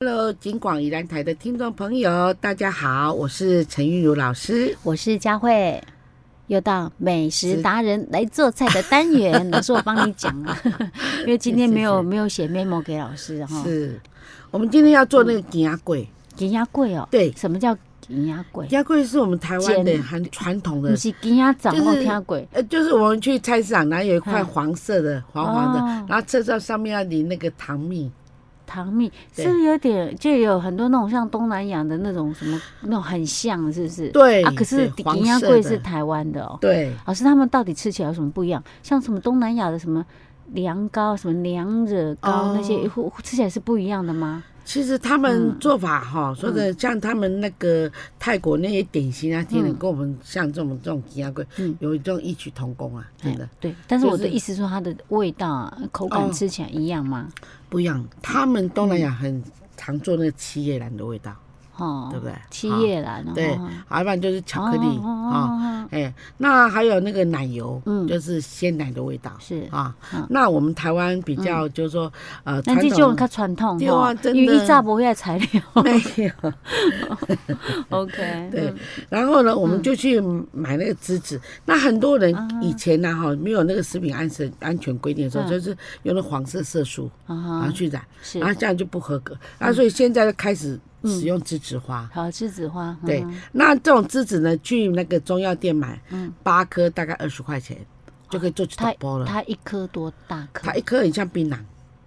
Hello，金广宜兰台的听众朋友，大家好，我是陈韵如老师。我是佳慧，又到美食达人来做菜的单元，老师我帮你讲 啊，因为今天没有是是没有写 memo 给老师哈。是，我们今天要做那个鸡鸭贵，金鸭贵哦，对什么叫金鸭贵鸡？鸭贵是我们台湾的煎很传统不的，是金鸭掌就是或鸭贵，呃，就是我们去菜市场，然后有一块嗯黄色的、黄黄的哦，然后车上上面要淋那个糖蜜，糖蜜对是不是有点就有很多那种像东南亚的那种什么那种很像，是不是？对啊，可是对黄金鸭色贵的是台湾的哦。对，老师他们到底吃起来有什么不一样？像什么东南亚的什么凉糕、什么凉惹糕、哦那些，会吃起来是不一样的吗？其实他们做嗯法哈，说的像他们那个泰国那些点心啊，真的嗯跟我们像这种这种鸡鸭贵嗯，有一种异曲同工啊，真的哎对，但是就我的是意思说，它的味道、啊、口哦感吃起来一样吗？不一样。他们东南亚很常做那个七叶兰的味道，嗯哦，对不对七叶兰，哦对，啊要不然就是巧克力哦啊，哦哎，那还有那个奶油，嗯就是鲜奶的味道是啊嗯。那我们台湾比较就是说，呃，那传这种较统传统对啊哦真因为的一炸不会材料 没有。 ，OK， 对 嗯，啊然后呢，我们就去买那个栀子。那很多人以前呢，哈，没有那个食品安全安全规定的时候，嗯就是用那黄色色素，然后啊哈，去染，是然，后这样就不合格。那所以现在就开始使用栀子花。好栀子花，嗯对哼，那这种栀子呢，去那个中药店买嗯，八颗大概二十块钱就可以做起打它包了。它一颗多大颗它？一颗很像槟榔，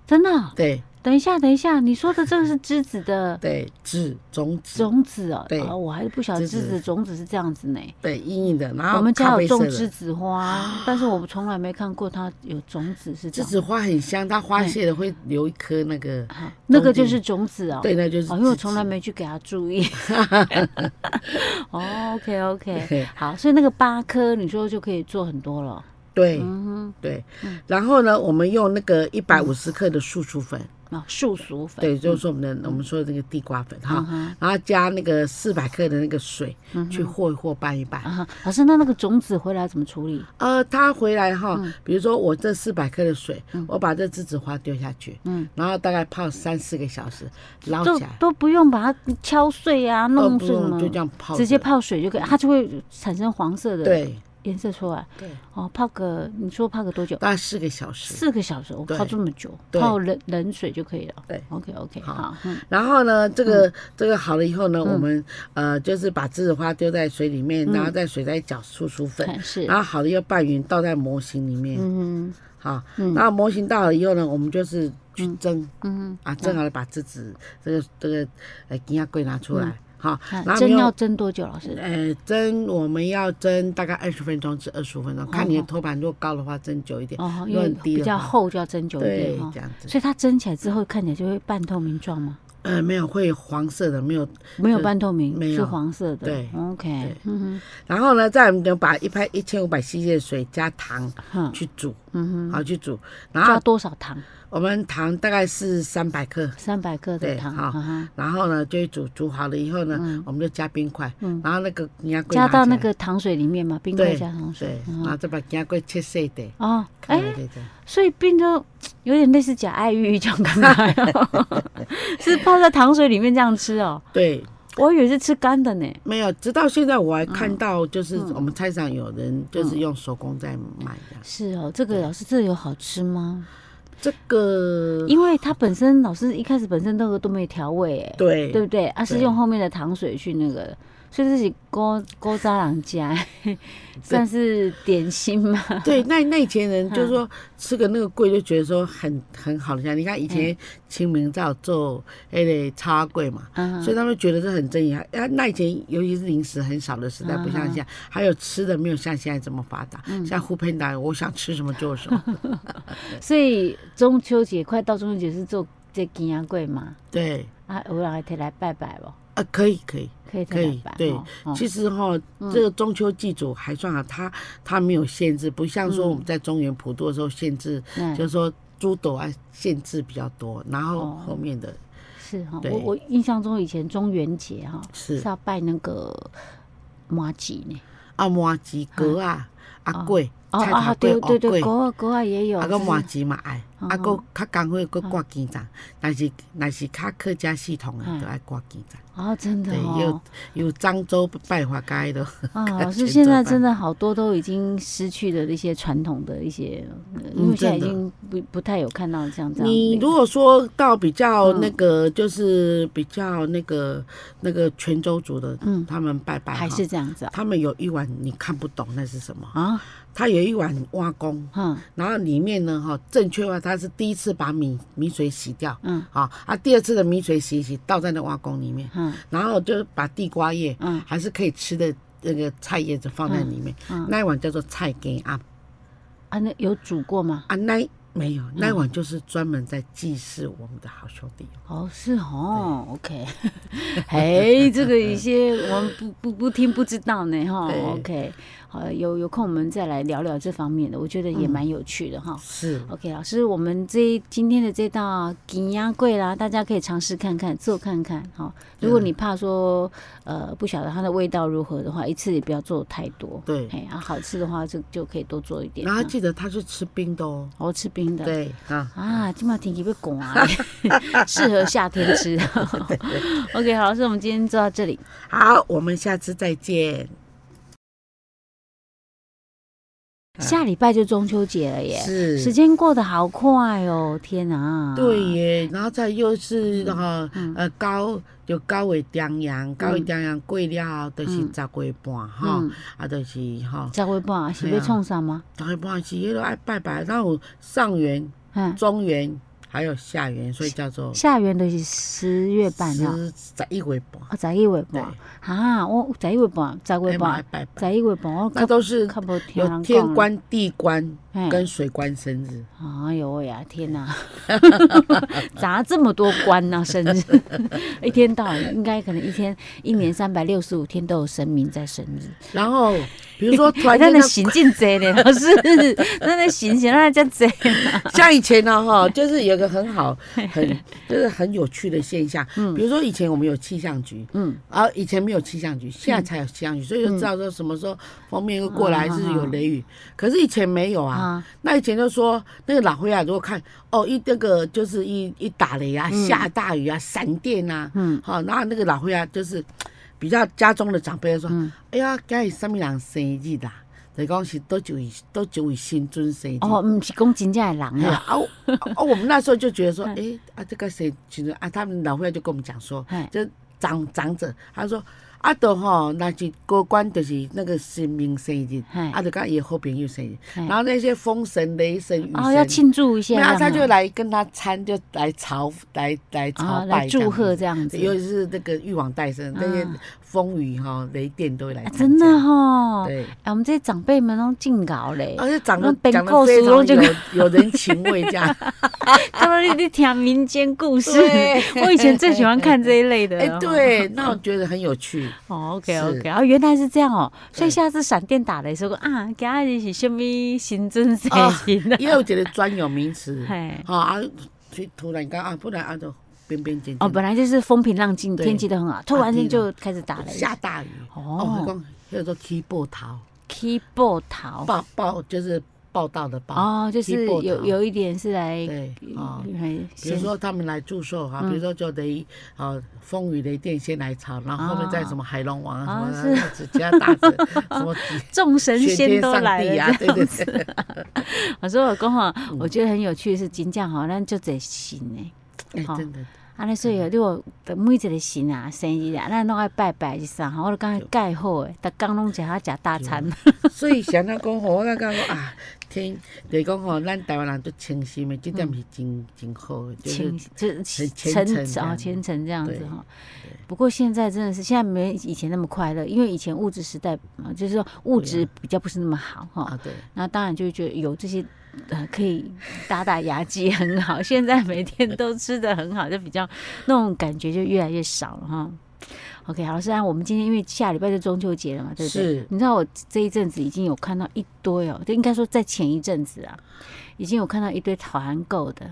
真的哦？对等一下，等一下，你说的这个是栀子的 对，籽种子，种子哦，对哦我还不晓得栀栀子子种子是这样子呢。对，硬硬的，然后我们咖家啡有种啊色栀的。子花，但 是我从来没看过它有种子是栀长。子花很香，它花谢了会留一颗那个，好 那个就是种子哦。对，那就是栀子。哎哦，因为我从来没去给它 注意。哦，OK OK，对好，所以那个八颗你说就可以做很多了。对嗯对，然后呢，我们用那个一百五十克的素薯粉，哼，啊，树薯粉。对，就是我们的我们说的那个地瓜粉嗯哈，哼。然后加那个四百克的那个水去和一和拌一拌啊。哈，老师，那那个种子回来怎么处理？呃，它回来哈，嗯比如说我这四百克的水，我把这栀子花丢下去，嗯然后大概泡三四个小时，捞都起来，都不用把它敲碎啊，呃弄不碎什用么，就这样泡着，直接泡水就可以，它就会产生黄色的对颜色出来。对，哦，泡个你说泡个多久？大概四个小时。四个小时，我对泡这么久，对泡冷冷水就可以了。对，OK OK，好好，嗯然后呢，这个、这个好了以后呢，我们呃就是把栀子花丢在水里面，然后再水再搅出薯粉，看嗯是然，后好了又拌匀，倒在模型里面。嗯好，嗯然后模型到了以后呢，我们就是去蒸。嗯，啊，正好把栀子这个这个呃金鸭桂拿出来，好，看然后嗯哎蒸没有要蒸多久，老师？呃蒸我们要蒸大概二十分钟至二十五分钟，看你的托盘如果高的话蒸久一点，哦，如因果为很低比的较话，厚就要蒸久一对点哦哈，这样子，所以它蒸起来之后看起来就会半透明状吗？呃没有会黄色的没有，没有半透明没，有是黄色的。对，OK，嗯然后呢再我们就把一拍一千五百 CC 的水加糖哼，哼去煮，嗯好去煮，然哼，加后多少糖？我们糖大概是三百克，三百克对的糖，好啊哈然后呢就去煮煮好了以后呢，我们就加冰块，然后那个金鸭桂嗯加到那拿起来个糖水里面嘛，冰块对加糖水对，，嗯啊然后再把金鸭桂切碎一点。哦，看哎、了这个所以变成有点类似假爱玉这样干嘛？ 是泡在糖水里面这样吃哦，对，我以为是吃干的 呢。没有，直到现在我还看到，就是嗯我们菜市场有人就是用手工在买的。是哦，这个老师这个有好吃吗？这个因为它本身老师一开始本身那个都没有调味，哎，对对不对？啊，是对用后面的糖水去那个，所以这是勾勾渣郎 家算是点心嘛。对，那那以前人嗯就是说吃个那个桂就觉得说很很好的，像你看以前清明在有做那个叉桂嘛。嗯，所以他们觉得这很正义啊！啊那以前尤其是零食很少的时代，嗯不像现在，还有吃的没有像现在这么发达。像胡佩达，我想吃什么就什嗯么。 所以中秋节快到中秋节是做这金牙粿嘛， 对，啊，有人还可以来拜拜哦，啊，可以可以。可以可来以拜，，对哦，哦其实哈，这个中秋祭祖还算好，它它没有限制，不像说我们在中原普渡的时候限制，嗯就是说猪斗啊限制比较多，然后哦后面的是哈，对我我印象中以前中元节哈是要拜那个麻吉呢，阿摩吉格啊、阿嗯哦贵哦菜头哦，粿对对蚵粿对，国外国外也有，啊，就个是麻糍嘛爱，嗯啊，个较工会个挂肩章，但是但是较客家系统的嗯就爱挂肩章，哦，真的对，哦有，有漳州拜花街的，啊， 跟老师泉现州在拜真的好多都已经失去了一些传统的一些，呃因嗯为现在已真的经不不太有看到这样这嗯样的。你如果说到比较那个，就是比较那个那个泉州族的，嗯他们拜拜还哈是这样子啊他们有一碗你看不懂那是什么，啊，他有一碗挖工，嗯然后里面呢哈，正确话他是第一次把米米水洗掉，嗯好啊，第二次的米水洗一洗倒在那挖工里面，嗯然后就把地瓜叶嗯，还是可以吃的那个菜叶子放在里面，嗯嗯那一碗叫做菜给啊啊，那有煮过吗？啊那一没嗯有那一碗就是专门在祭祀我们的好兄弟。哦，是哦，OK，哎， 这个有些我们不不不听不知道呢，哈对，OK，好，有有空我们再来聊聊这方面的，我觉得也蛮有趣的哈。是 OK，老师，我们这一今天的这道金鸭桂啦，大家可以尝试看看，做看看哈、如果你怕说呃不晓得它的味道如何的话，一次也不要做太多。对哎，啊，好吃的话就就可以多做一点。然后这样记得他是吃冰的哦。哦，吃冰的。对啊，啊，今麦天气被拱啊， 适合夏天 吃。OK，好，老师，我们今天就到这里。好，我们下次再见。下礼拜就中秋节了耶，啊是时间过得好快哦，天啊！对耶，然后再又是嗯哈呃高就高尾中阳，高尾中阳过了就是十月半哈嗯，啊就是哈，才会半是对要啊创啥吗？十月半是迄个爱拜拜，然后有上元、嗯，中元还有下元，所以叫做下元就是十月半嗯十了。十一月半，哦，十一月对半，哈，我十一月半，十月哎嘛爱半，拜拜，十一月半，我那较都是较无听有人天讲。官、地官嘿跟水官生日。哎呦喂呀，天 哪，咋这么多官呢、生日， 一天到晚应该可能一天一年三百六十五天都有神明在生日。然后比 如说突哎然咱间的他行进贼 呢，老师，咱的行行，咱叫贼。像以前呢， 哈，就是有一个很好、很就是很有趣的现象，比如说以前我们有气象局，嗯，啊，以前没有气象局，现在才有气象局，所以就知道说什么时候封面会过来嗯是有雷雨，可是以前没有啊。啊，那以前就说那个老灰啊，如果看哦一那个就是一一打雷啊，下大雨啊，闪电啊，嗯好，然后那个老灰啊就是比较家中的长辈就说嗯，哎呀，今日什么人生日啦？就讲是多久以多久以新尊生日？哦，唔是讲真正的人哎呀啊，啊我啊！我们那时候就觉得 说，哎、嗯啊，这个谁，其实啊，他们老会就跟我们讲说哎，就长长者，他说啊，都吼，那是高官就是那个神明生日哎，啊，就跟也好朋友生日，哎然后那些风神、雷神、雨哦，要神，庆祝一下没这有样啊，啊，他就来跟他参，就来朝来来啊朝来拜这样子、祝贺这样子，尤其是那个玉皇大圣，那些啊风雨哈、雷电都会来啊参加、真的哈。对。啊哎，我们这些长辈们都劲搞嘞，而且长得那编讲故得事非常我就有有人情味，这样。 他们在听民间故事。对 我以前最喜欢看这一类 的。哎、对，那我觉得很有趣。哦，OK 是 OK，哦，原来是这样哦，所以对下次闪电打雷说过啊，今日是什么新增谁哦行的？，因为我觉得专有名词 嘿，好啊，所以突然刚啊，不然啊就边边见哦，本来就是风平浪静，对天气都很好，突然间就开始打雷。下大雨，哦，我哦讲叫做起波涛， ，keyboard 桃报报就是报道的报，哦，就是起波涛有有一点是来，对啊。哦嗯比如说他们来祝寿哈，比如说就雷啊风雨雷电先来吵，然后后面再什么海龙王啊啊什么的，子其他大神什么众神玄仙天都上来帝了啊，这对样对子。对，我说我讲哈，我觉得很有趣的是金匠好，咱就这行呢。哎好真的安尼所以，你有每一个神啊、生日啊，咱拢爱拜拜是啥？我都感觉介好诶，逐工拢食遐食大餐。所以想到讲吼，我感觉讲啊，天，就是讲吼，咱台湾人都清心的，这点嗯是真真好的，就是虔就是虔虔诚这诚样哦，虔诚这样子对哈。不过现在真的是，现在没以前那么快乐，因为以前物质时代，呃就是说物质比较不是那么好哈。啊，对，那当然就觉得有这些，呃，可以打打牙祭很好。现在每天都吃的很好，就比较那种感觉就越来越少了哈。OK，好，虽然我们今天因为下礼拜就中秋节了嘛，对不对？是你知道我这一阵子已经有看到一堆哦，就应该说在前一阵子啊，已经有看到一堆团购的，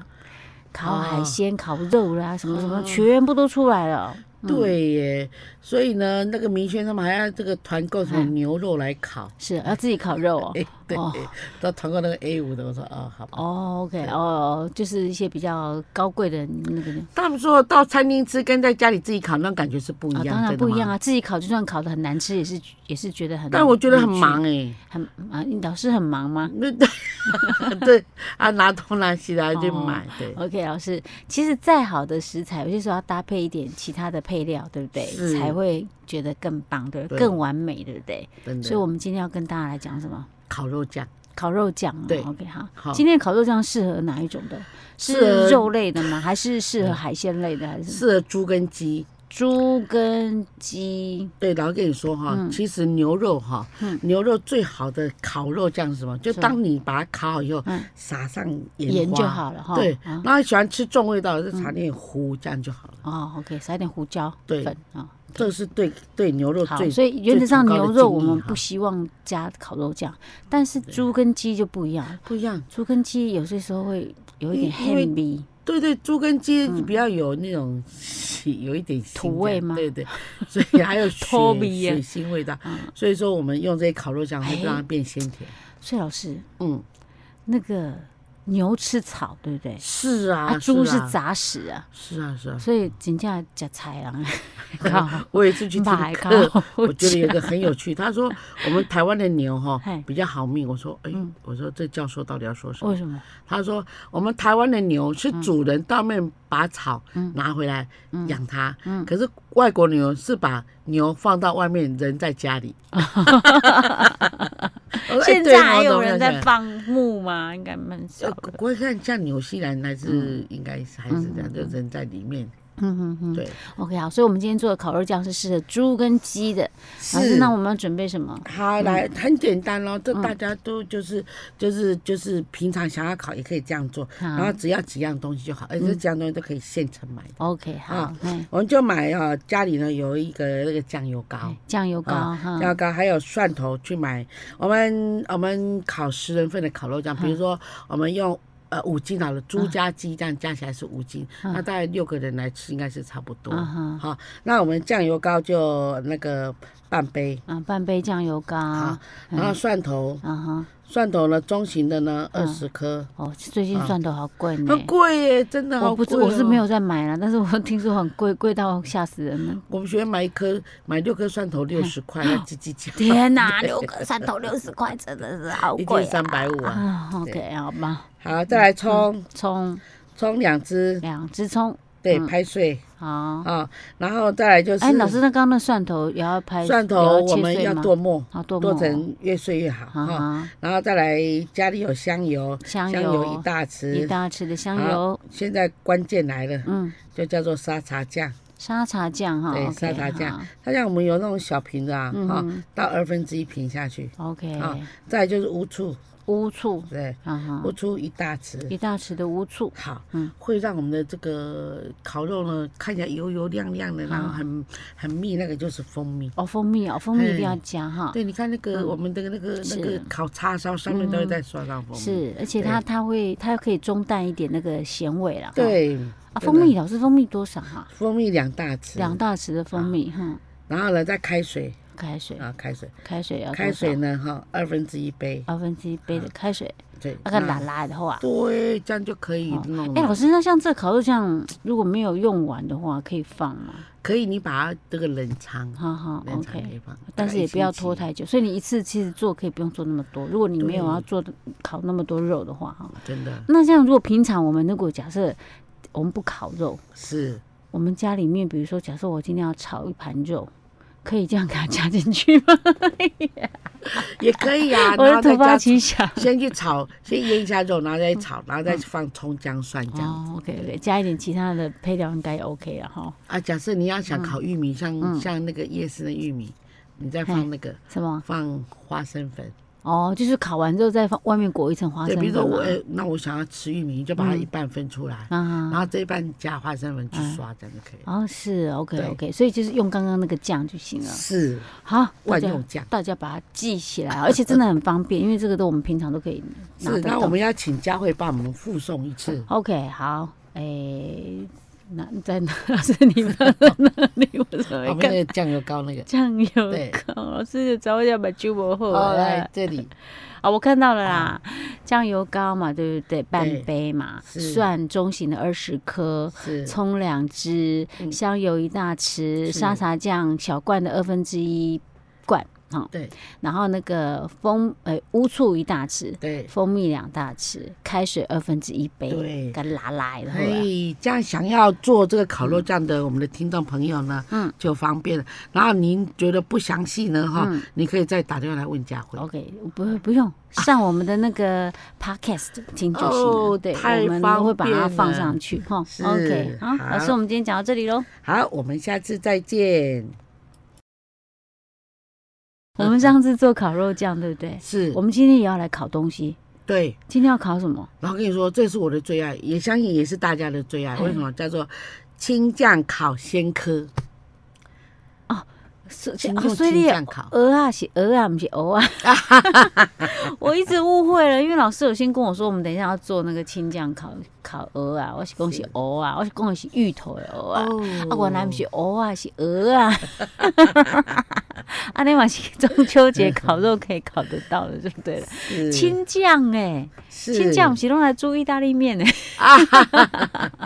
烤海鲜、烤肉啦，什么什么，哦全部都出来了。哦对耶。所以呢，那个明轩他们还要这个团购什么牛肉来烤，是要自己烤肉哦哎，对嗯哦，都团购那个 A 五的，我说哦，好吧。哦，OK，哦，就是一些比较高贵的那个，他们说到餐厅吃跟在家里自己烤那种感觉是不一啊，样，当然真的不一样吗。啊，自己烤就算烤的很难吃，也是也是觉得很，但我觉得很忙哎、欸很啊，你老师很忙吗？ 那 对啊，拿东拿西的还去哦买，对 OK，老师，其实再好的食材，有些时候要搭配一点其他的配料，对不对？是才会觉得更棒，对不对，对更完美，对不对？真所以，的。我们今天要跟大家来讲什么？烤肉酱烤肉酱嘛。对，OK，好。好今天烤肉酱适合哪一种的？适合是肉 类的吗？还是适合海鲜类的？还是什么适合猪跟鸡。猪跟鸡？对，老师跟你说哈，嗯其实牛肉哈，牛肉最好的烤肉酱是什么？就是当你把它烤好以后嗯，撒上盐盐就花。好嗯了哈。对，啊然后喜欢吃重味道，就撒点胡，这样就好了。哦，OK，撒一点胡椒对粉啊。这是对对牛肉好，最所以原则上最崇高牛的肉敬我意们哈不希望加烤肉酱，但是猪跟鸡就不一样了。不一样。猪跟鸡有些时候会有一点因因为黑味，对对，猪跟鸡比较有那种腥有一点腥嗯土味这样吗对对，所以还有血 脱皮啊血腥味道。所以说我们用这些烤肉酱会让它哎变鲜甜。所以老师嗯，那个牛吃草对不对？是啊，猪是啊杂食啊，是啊是啊。所以真正假菜 啊， 靠，我有一次去听买 课，靠，我觉得有一个很有趣，他说我们台湾的牛哈嗨比较好命。我说哎，嗯我说这教授到底要说什么为？什么？他说我们台湾的牛是嗯主人到面把草拿回来养它，嗯可是外国牛是把牛放到外面，人在家 里。我说哎现对在还哦有懂了懂人在了放牧吗？应该蛮少呃的。我看像纽西兰还是应该是还是这样，就人在里面。嗯嗯嗯对， ，OK 好，所以我们今天做的烤肉酱是适合猪跟鸡的。老师，那嗯我们要准备什么？好，来很简单咯，这大家都就是就是就是平常想要烤也可以这样做，好然后只要几样东西就好，而哎嗯且这几样东西都可以现成买的。 OK 好啊，嗯，我们就买啊，家里呢有一个那个酱油膏，哎酱油膏啊哈，酱膏还有蒜头去买。我们我们烤十人份的烤肉酱，嗯比如说我们用呃五斤好了，猪加鸡这样加起来是五斤，那大概六个人来吃应该是差不多。嗯哼好，那我们酱油膏就那个半杯。啊，半杯酱油膏，好啊，然后蒜头，哈，蒜头呢，中型的呢，二十颗，哦，最近蒜头好贵呢。很嗯贵耶，真的好嗯我不贵知哦。我是没有在买了，但是我 听说很贵，贵到吓死人 了。我们学校买一颗，买六颗蒜头六十块，那叽叽叫，嗯天 哪、六个三头六十块，真的是好一贵斤啊！三百五啊。啊，OK，好嗯吧，好，再来葱，葱葱两只，两只葱，对，拍碎好。啊，然后再来就是嗯哎，老师，那刚刚那蒜头也要拍，蒜也头，切我们碎要吗剁末，好剁剁末成越碎越好哈。啊哈，然后再来，家里有香油，香油一油，大一匙。大匙的香好油，现在关键来了，嗯，就叫做沙茶酱。沙茶酱哈，对 OK，沙茶酱好嗯它像我们有那种小瓶的啊，哈，倒二分之一瓶下去。啊，OK，再来就是乌醋，乌醋，对，啊哈，乌醋一大匙。一大匙的乌醋，好，嗯会让我们的这个烤肉呢看起来油油亮亮的，嗯然后很很密，那个就是蜂蜜。哦，蜂蜜哦，蜂蜜一定要嗯加哈，对，你看那个我们的那个那个嗯是嗯烤叉烧上面都会再刷上蜂蜜。，是，而且它它会它可以中淡一点那个咸味啦。哈对，啊，对蜂蜜老师蜂蜜多少哈？蜂蜜两大匙，两大匙的蜂蜜哈，然后呢再开水开水啊，开水，开水要开多少水？呢哈二分之一杯，二分之一杯的开水，对，那个那嗯拉拉的话，对，这样就可以弄哎，了。老师，那像这烤肉酱如果没有用完的话，可以放吗？可以，你把它这个冷藏，哈哈冷藏可以，OK。放，但是也不要拖大概太久，所以你一次其实做可以不用做那么多。如果你没有对要做的烤那么多肉的话，哈，一星期，真的那这样如果平常我们如果假设我们不烤肉，是我们家里面，比如说，假设我今天要炒一盘肉，可以这样给它加进去吗？也可以啊。 我然后的再突发加奇想。先去炒，先腌一下肉，然后再炒，然后再放葱姜蒜 这样。哦，OK OK，加一点其他的配料应该 OK 了哈。啊，假设你要想烤玉米，嗯像像那个夜市的玉米，你再放那个什么？放花生粉。哦，就是烤完之后再放外面裹一层花对，生比如粉啊嗯说嘛我，呃那我想要吃玉米，你就把它一半分出来，啊然，后这一半加花生粉去嗯刷，这样就可以了。哦是 OK 对 OK，所以就是用刚刚那个酱就行了。是好，我惯这样用酱。大家把它记起来啊，而且真的很方便，因为这个都我们平常都可以拿是，得那到嗯我。们要请佳慧帮我们附送一次。 OK，好，诶、哪在哪？ 老师你放在哪里？我怎么哦我没们看？那个酱油膏 那个。酱油对膏，老师就找我要把酒磨后哦，来来。这里，啊，我看到了啦，酱油膏嘛，对不对？半杯嘛，是蒜中型的二十颗，是葱两只，嗯香油一大匙，是沙茶酱小罐的二分之一罐，哈、对然后那个蜂呃乌醋一大匙，对。蜂蜜两大匙，开水二分之一杯，对哎给它拉来所了，好吧以这样想要做这个烤肉酱的我们的听众朋友呢，嗯，就方便了。然后您觉得不详细呢，哈嗯，你可以再打电话来问佳慧。 OK，不不用上我们的那个 Podcast 听就行了，哦对，太我们都会把方它便放了上去哈。是 OK，好，老师，好我们今天讲到这里喽。好，我们下次再见。我们上次做烤肉酱，对不对？是我，们今天也要来烤东西。对。今天要烤什么？然后跟你说，这是我的最爱，也相信也是大家的最爱。嗯为什么叫做青酱烤鲜科？是青啊用所以你青也酱烤。鹅啊，是鹅啊，不是鹅啊。我一直误会了，因为老师有先跟我说，我们等一下要做那个青酱烤烤鹅啊，我是恭喜是鹅啊，我是恭喜芋头的鹅啊。啊，原来不是哦鹅啊，是鹅啊！ 啊，你嘛是中秋节烤肉可以烤得到的，就对了。是青酱哎、是青酱不是用来做意大利面 哎、啊，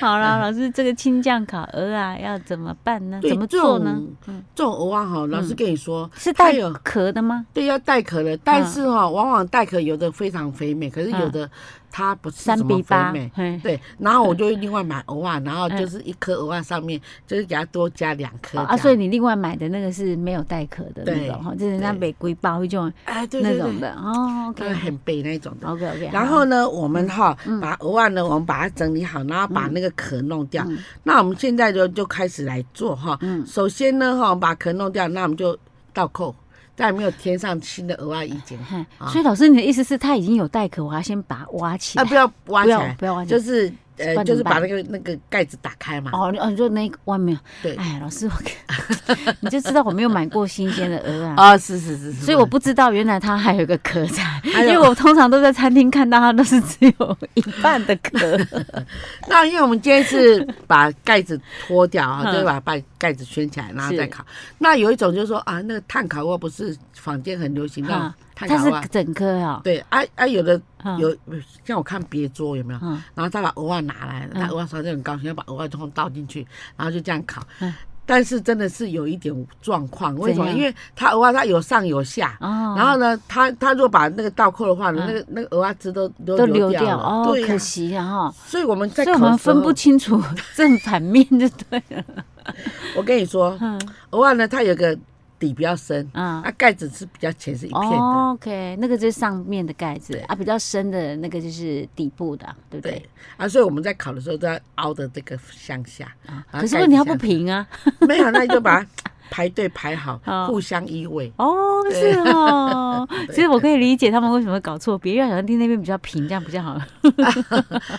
好啦，老师，这个青酱烤鹅啊，要怎么办呢？对怎么做呢这种？嗯，这种鹅啊哈，老师跟你说，是它带有壳的吗？对要带壳的，嗯但是哈、往往带壳有的非常肥美，可是有的它不是三怎么比肥八美，。嘿对，然后我就会另外买鹅啊，然后就是一颗鹅啊上面就是给它多加两颗嗯啊，所以你你另外买的那个是没有带壳的那对种哈，哦就是人家对玫瑰包一种哎对那对种对，的哦。对 OK 很肥那种的。 OK OK。然后呢，我们哈、把鹅啊呢，我们把它整理好，然后把那个壳弄掉。嗯那我们现在就就开始来做哈。嗯首先呢哈，把壳弄掉，那我们就倒扣，再没有添上新的鹅啊意见嘿啊所以老师，你的意思是它已经有带壳，我要先把它挖起啊，来，不要挖不起要来，不要挖起就来。是不呃，然就是怎么把办那个那个盖子打开嘛。哦，你哦，你说那个外面，对哎，老师，我跟你就知道我没有买过新鲜的鹅 啊，啊，是是是是，哎所以我不知道原来它还有一个壳在，还因有为我通常都在餐厅看到它都是只有一半的 壳。那因为我们今天 是把盖子脱掉啊，嗯就是把把盖子圈起来，然后是再烤。那有一种就是说啊，那个炭烤锅不是坊间很流行那种啊炭它烤锅是啊，整颗哦，对啊啊，有的嗯有像我看别桌有没有，嗯然后他把鹅啊拿来，他嗯鹅啊烧就很高兴，要把鹅啊通通倒进去，然后就这样烤嗯。但是真的是有一点状况，为什么？怎样因为它鹅啊它有上有下，哦，然后呢，它它如果把那个倒扣的话呢，嗯那个那个鹅啊汁都都都流流掉掉了，哦对，呀可。惜啊哈。所以我们在哦所以我烤们的时候分不清楚正反面就对 了。我跟你说，嗯鹅啊呢，它有个底比较深，啊啊，盖子是比较浅，是一片的。哦 OK，那个就是上面的盖子啊，比较深的那个就是底部的啊，对不对对？啊，所以我们在烤的时候都要凹的这个向 下，啊啊可是盖问题子它下不平啊。没有，那你就把它排队排好哦，互相依偎。 哦，是对，哦 其实我可以理解他们为什么会搞错别人好像听那边比较平，这样比 较好。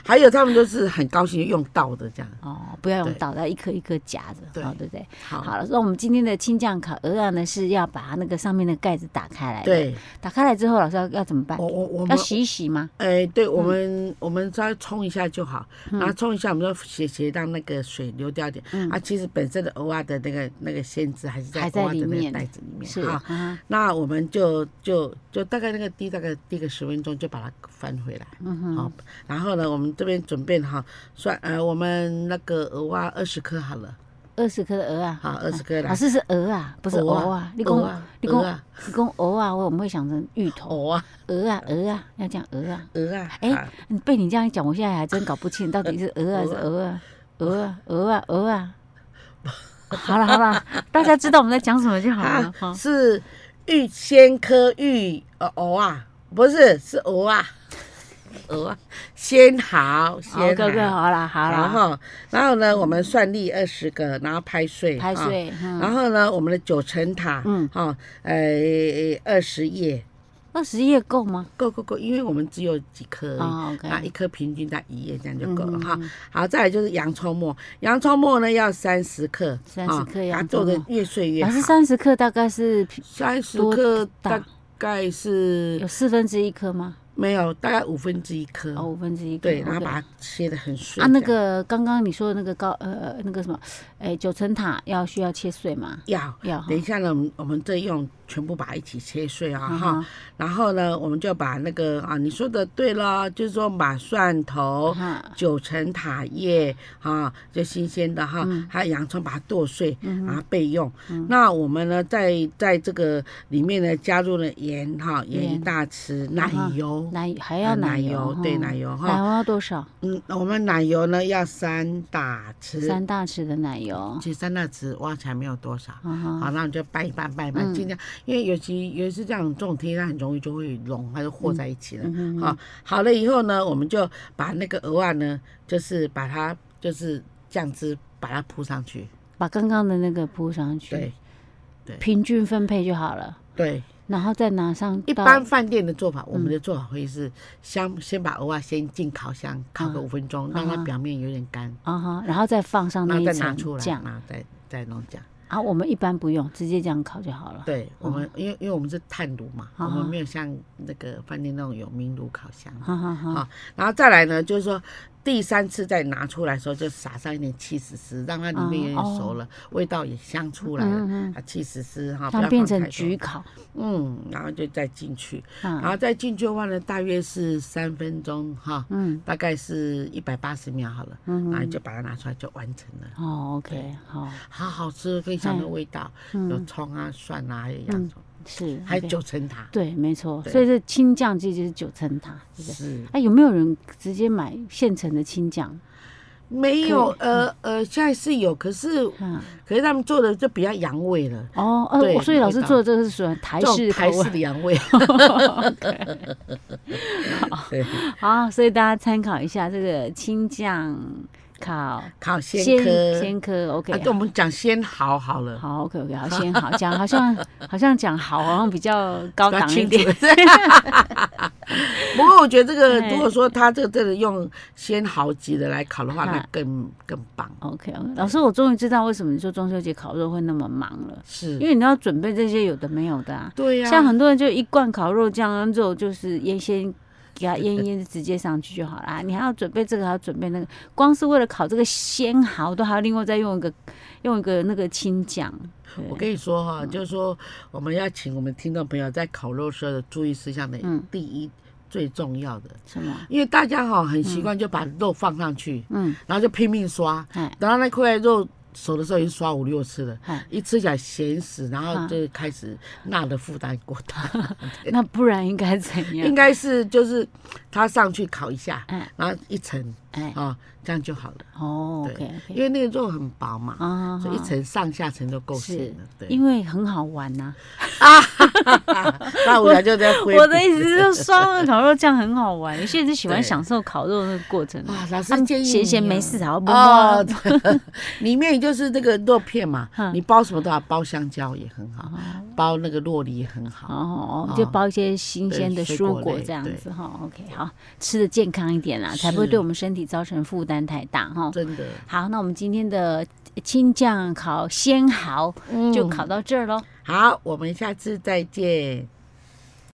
还有他们都是很高兴用到的这样。哦，不要用对倒，要一颗一颗夹着，对嗯好，对不对？好，好了，那我们今天的青酱烤鹅啊呢，是要把它那个上面的盖子打开来。，对打开来之后，老师要要怎么办我？我我要们。洗一洗吗？哎，对，嗯我们我们稍微冲一下就好，然后冲一下，我们就斜斜让那个水流掉一点。啊，其实本身的欧啊的那个那个鲜汁还是在嗯还在欧啊的里那个面袋子里面是哈啊。哈，那我们就就就大概那个滴大概滴个十分钟就把它翻回来，嗯哼，好、然后呢，我们这边准备哈蒜呃，我们那个鹅蛙二十颗好了，二十颗的鹅啊，好二十颗老来，师是鹅啊，不是鹅啊鹅啊，你鹅讲啊你鹅讲啊你讲鹅啊，我们会想成芋头，鹅啊鹅啊鹅啊，要讲鹅啊。鹅啊，哎好嗯被你这样一讲，我现在还真搞不清到底是鹅还是鹅啊，鹅啊，鹅啊，鹅啊。好了好了，大家知道我们在讲什么就好了啊哈。是玉仙科玉呃鹅啊，不是是鹅 啊，鹅啊，仙蚝好，仙哥哥，蚝，好啦好然啦，后然后呢，我们蒜粒二十个，然后拍碎，拍啊碎，嗯，然后呢，我们的九层塔，嗯嗯，好、呃，二十页，二十页够吗？够够够，因为我们只有几颗而已。啊哦，OK，那一颗平均在一页，这样就够了嗯哈。好，再来就是洋葱末，洋葱末呢要三十克， 30啊克洋把它做葱的末越碎越老好。师三十克大概是三十多克大大概是有四分之一颗吗？没有，大概五分之一颗。哦，五分之一颗。对，然后 OK 把它切的很碎。啊，那这样个刚刚你说的那个高呃那个什么，哎，九层塔要需要切碎吗？要。要啊哈等一下呢，我们我们再用全部把它一起切碎啊啊哈，哈然后呢，我们就把那个啊，你说的对了，就是说马蒜头、啊哈九层塔叶啊，就新鲜的哈，嗯还有洋葱把它剁碎，然后备用。那我们呢，在在这个里面呢，加入了盐哈，盐一盐啊大匙，奶哈油，奶还啊要奶油油，对哈奶油哈奶油要多少？嗯，我们奶油呢要三大匙，三大匙的奶油。其实三大匙挖起来没有多少。啊哈好，那你就拌一拌，拌一拌，嗯尽量，因为尤其尤其是这样重听，它很容易就会融，它就嗯和在一起了。好，好了以后呢，我们就把那个鹅啊呢，就是把它就是酱汁把它铺上去。把刚刚的那个铺上去对，平均分配就好了。对，然后再拿上一到嗯般饭店的做法，我们的做法会是先先把鹅啊先进烤箱烤个嗯五分钟，让它嗯表面有点干，啊哈，然后再放上那然后一再拿出层来，酱然后再再弄酱。啊，我们一般不用，直接这样烤就好了。对我们，因为因为我们是炭炉嘛，我啊们没有像那个饭店那种有明炉烤箱。哈哈哈，好，然后再来呢，就是说第三次再拿出来的时候，就撒上一点起司丝，让它里面有啊点熟了，味道也香出来了。嗯嗯，啊，起司丝哈，不要它变放太成多焗，烤嗯，然后就再进去，然啊，后再进去的话呢，大约是三分钟哈，嗯，大概是一百八十秒好了，嗯然后就把它拿出来就完成了，哦，OK，好，好好吃，非常的哎味道，有嗯，葱啊、蒜啊，还有洋葱，是，还有 OK 九层塔，对，没错，对所以这青酱其实就是九层塔，对不对？是。哎，有没有人直接买现成的青酱？没有，呃呃，现在是有，可是啊，可是他们做的就比较洋味了，哦，呃，嗯对我所以老师味道做的这个是属于台这式种台口式味的洋味。 对，好，所以大家参考一下这个青酱烤烤鲜科，鲜科啊， ，OK，对，我们讲鲜蚝好了，好，OK OK，好，先好讲，好像好像讲好，好像比较高比较档一清楚点。。不过我觉得这 个，哎如果说他这个真的用鲜蚝级的来烤的话，哈那更更棒。 OK OK，老师，我终于知道为什么你说中秋节烤肉会那么忙了，是因，为你要准备这些有的没有的啊。对呀，像很多人就一罐烤肉酱，肉就是腌先给它腌一腌，直接上去就好啦。你还要准备这个，还要准备那个，光是为了烤这个鲜蚝，都还要另外再用一个用一个那个青酱。对嗯我跟你说哈，就是说我们要请我们听众朋友在烤肉时候的注意事项的嗯第一最重要的，什么？因为大家哈很习惯就把肉放上去，嗯，然后就拼命刷，哎等到那块肉熟的时候已经刷五六次了，哎，一吃起来咸死，然后嗯就开始钠的负担过 大，那不然应该怎样应？该是就是它上去烤一下哎，然后一层哎，啊，这样就好了，哦对，OK 因 OK，为那个肉很薄嘛，啊所以一层上下层都够咸了， 对。因为很好玩呐、那我俩就 在挥我的别意思是说，烧烤肉酱很好玩，有些人是喜欢对享受烤肉那个过程。啊，老他师们建议闲你闲啊没事啊，不哦，啊对 里面就是那个肉片 嘛，嗯你包什么都好，包香蕉也很好，包那个洛梨也很好。哦，啊就包一些新对鲜的水蔬果果类这样对子哈、OK，好，吃的健康一点啦，才不会是对我们身体造成负担太大哈、真的，好，那我们今天的青酱烤鲜蚝嗯就烤到这儿喽。好，我们下次再见。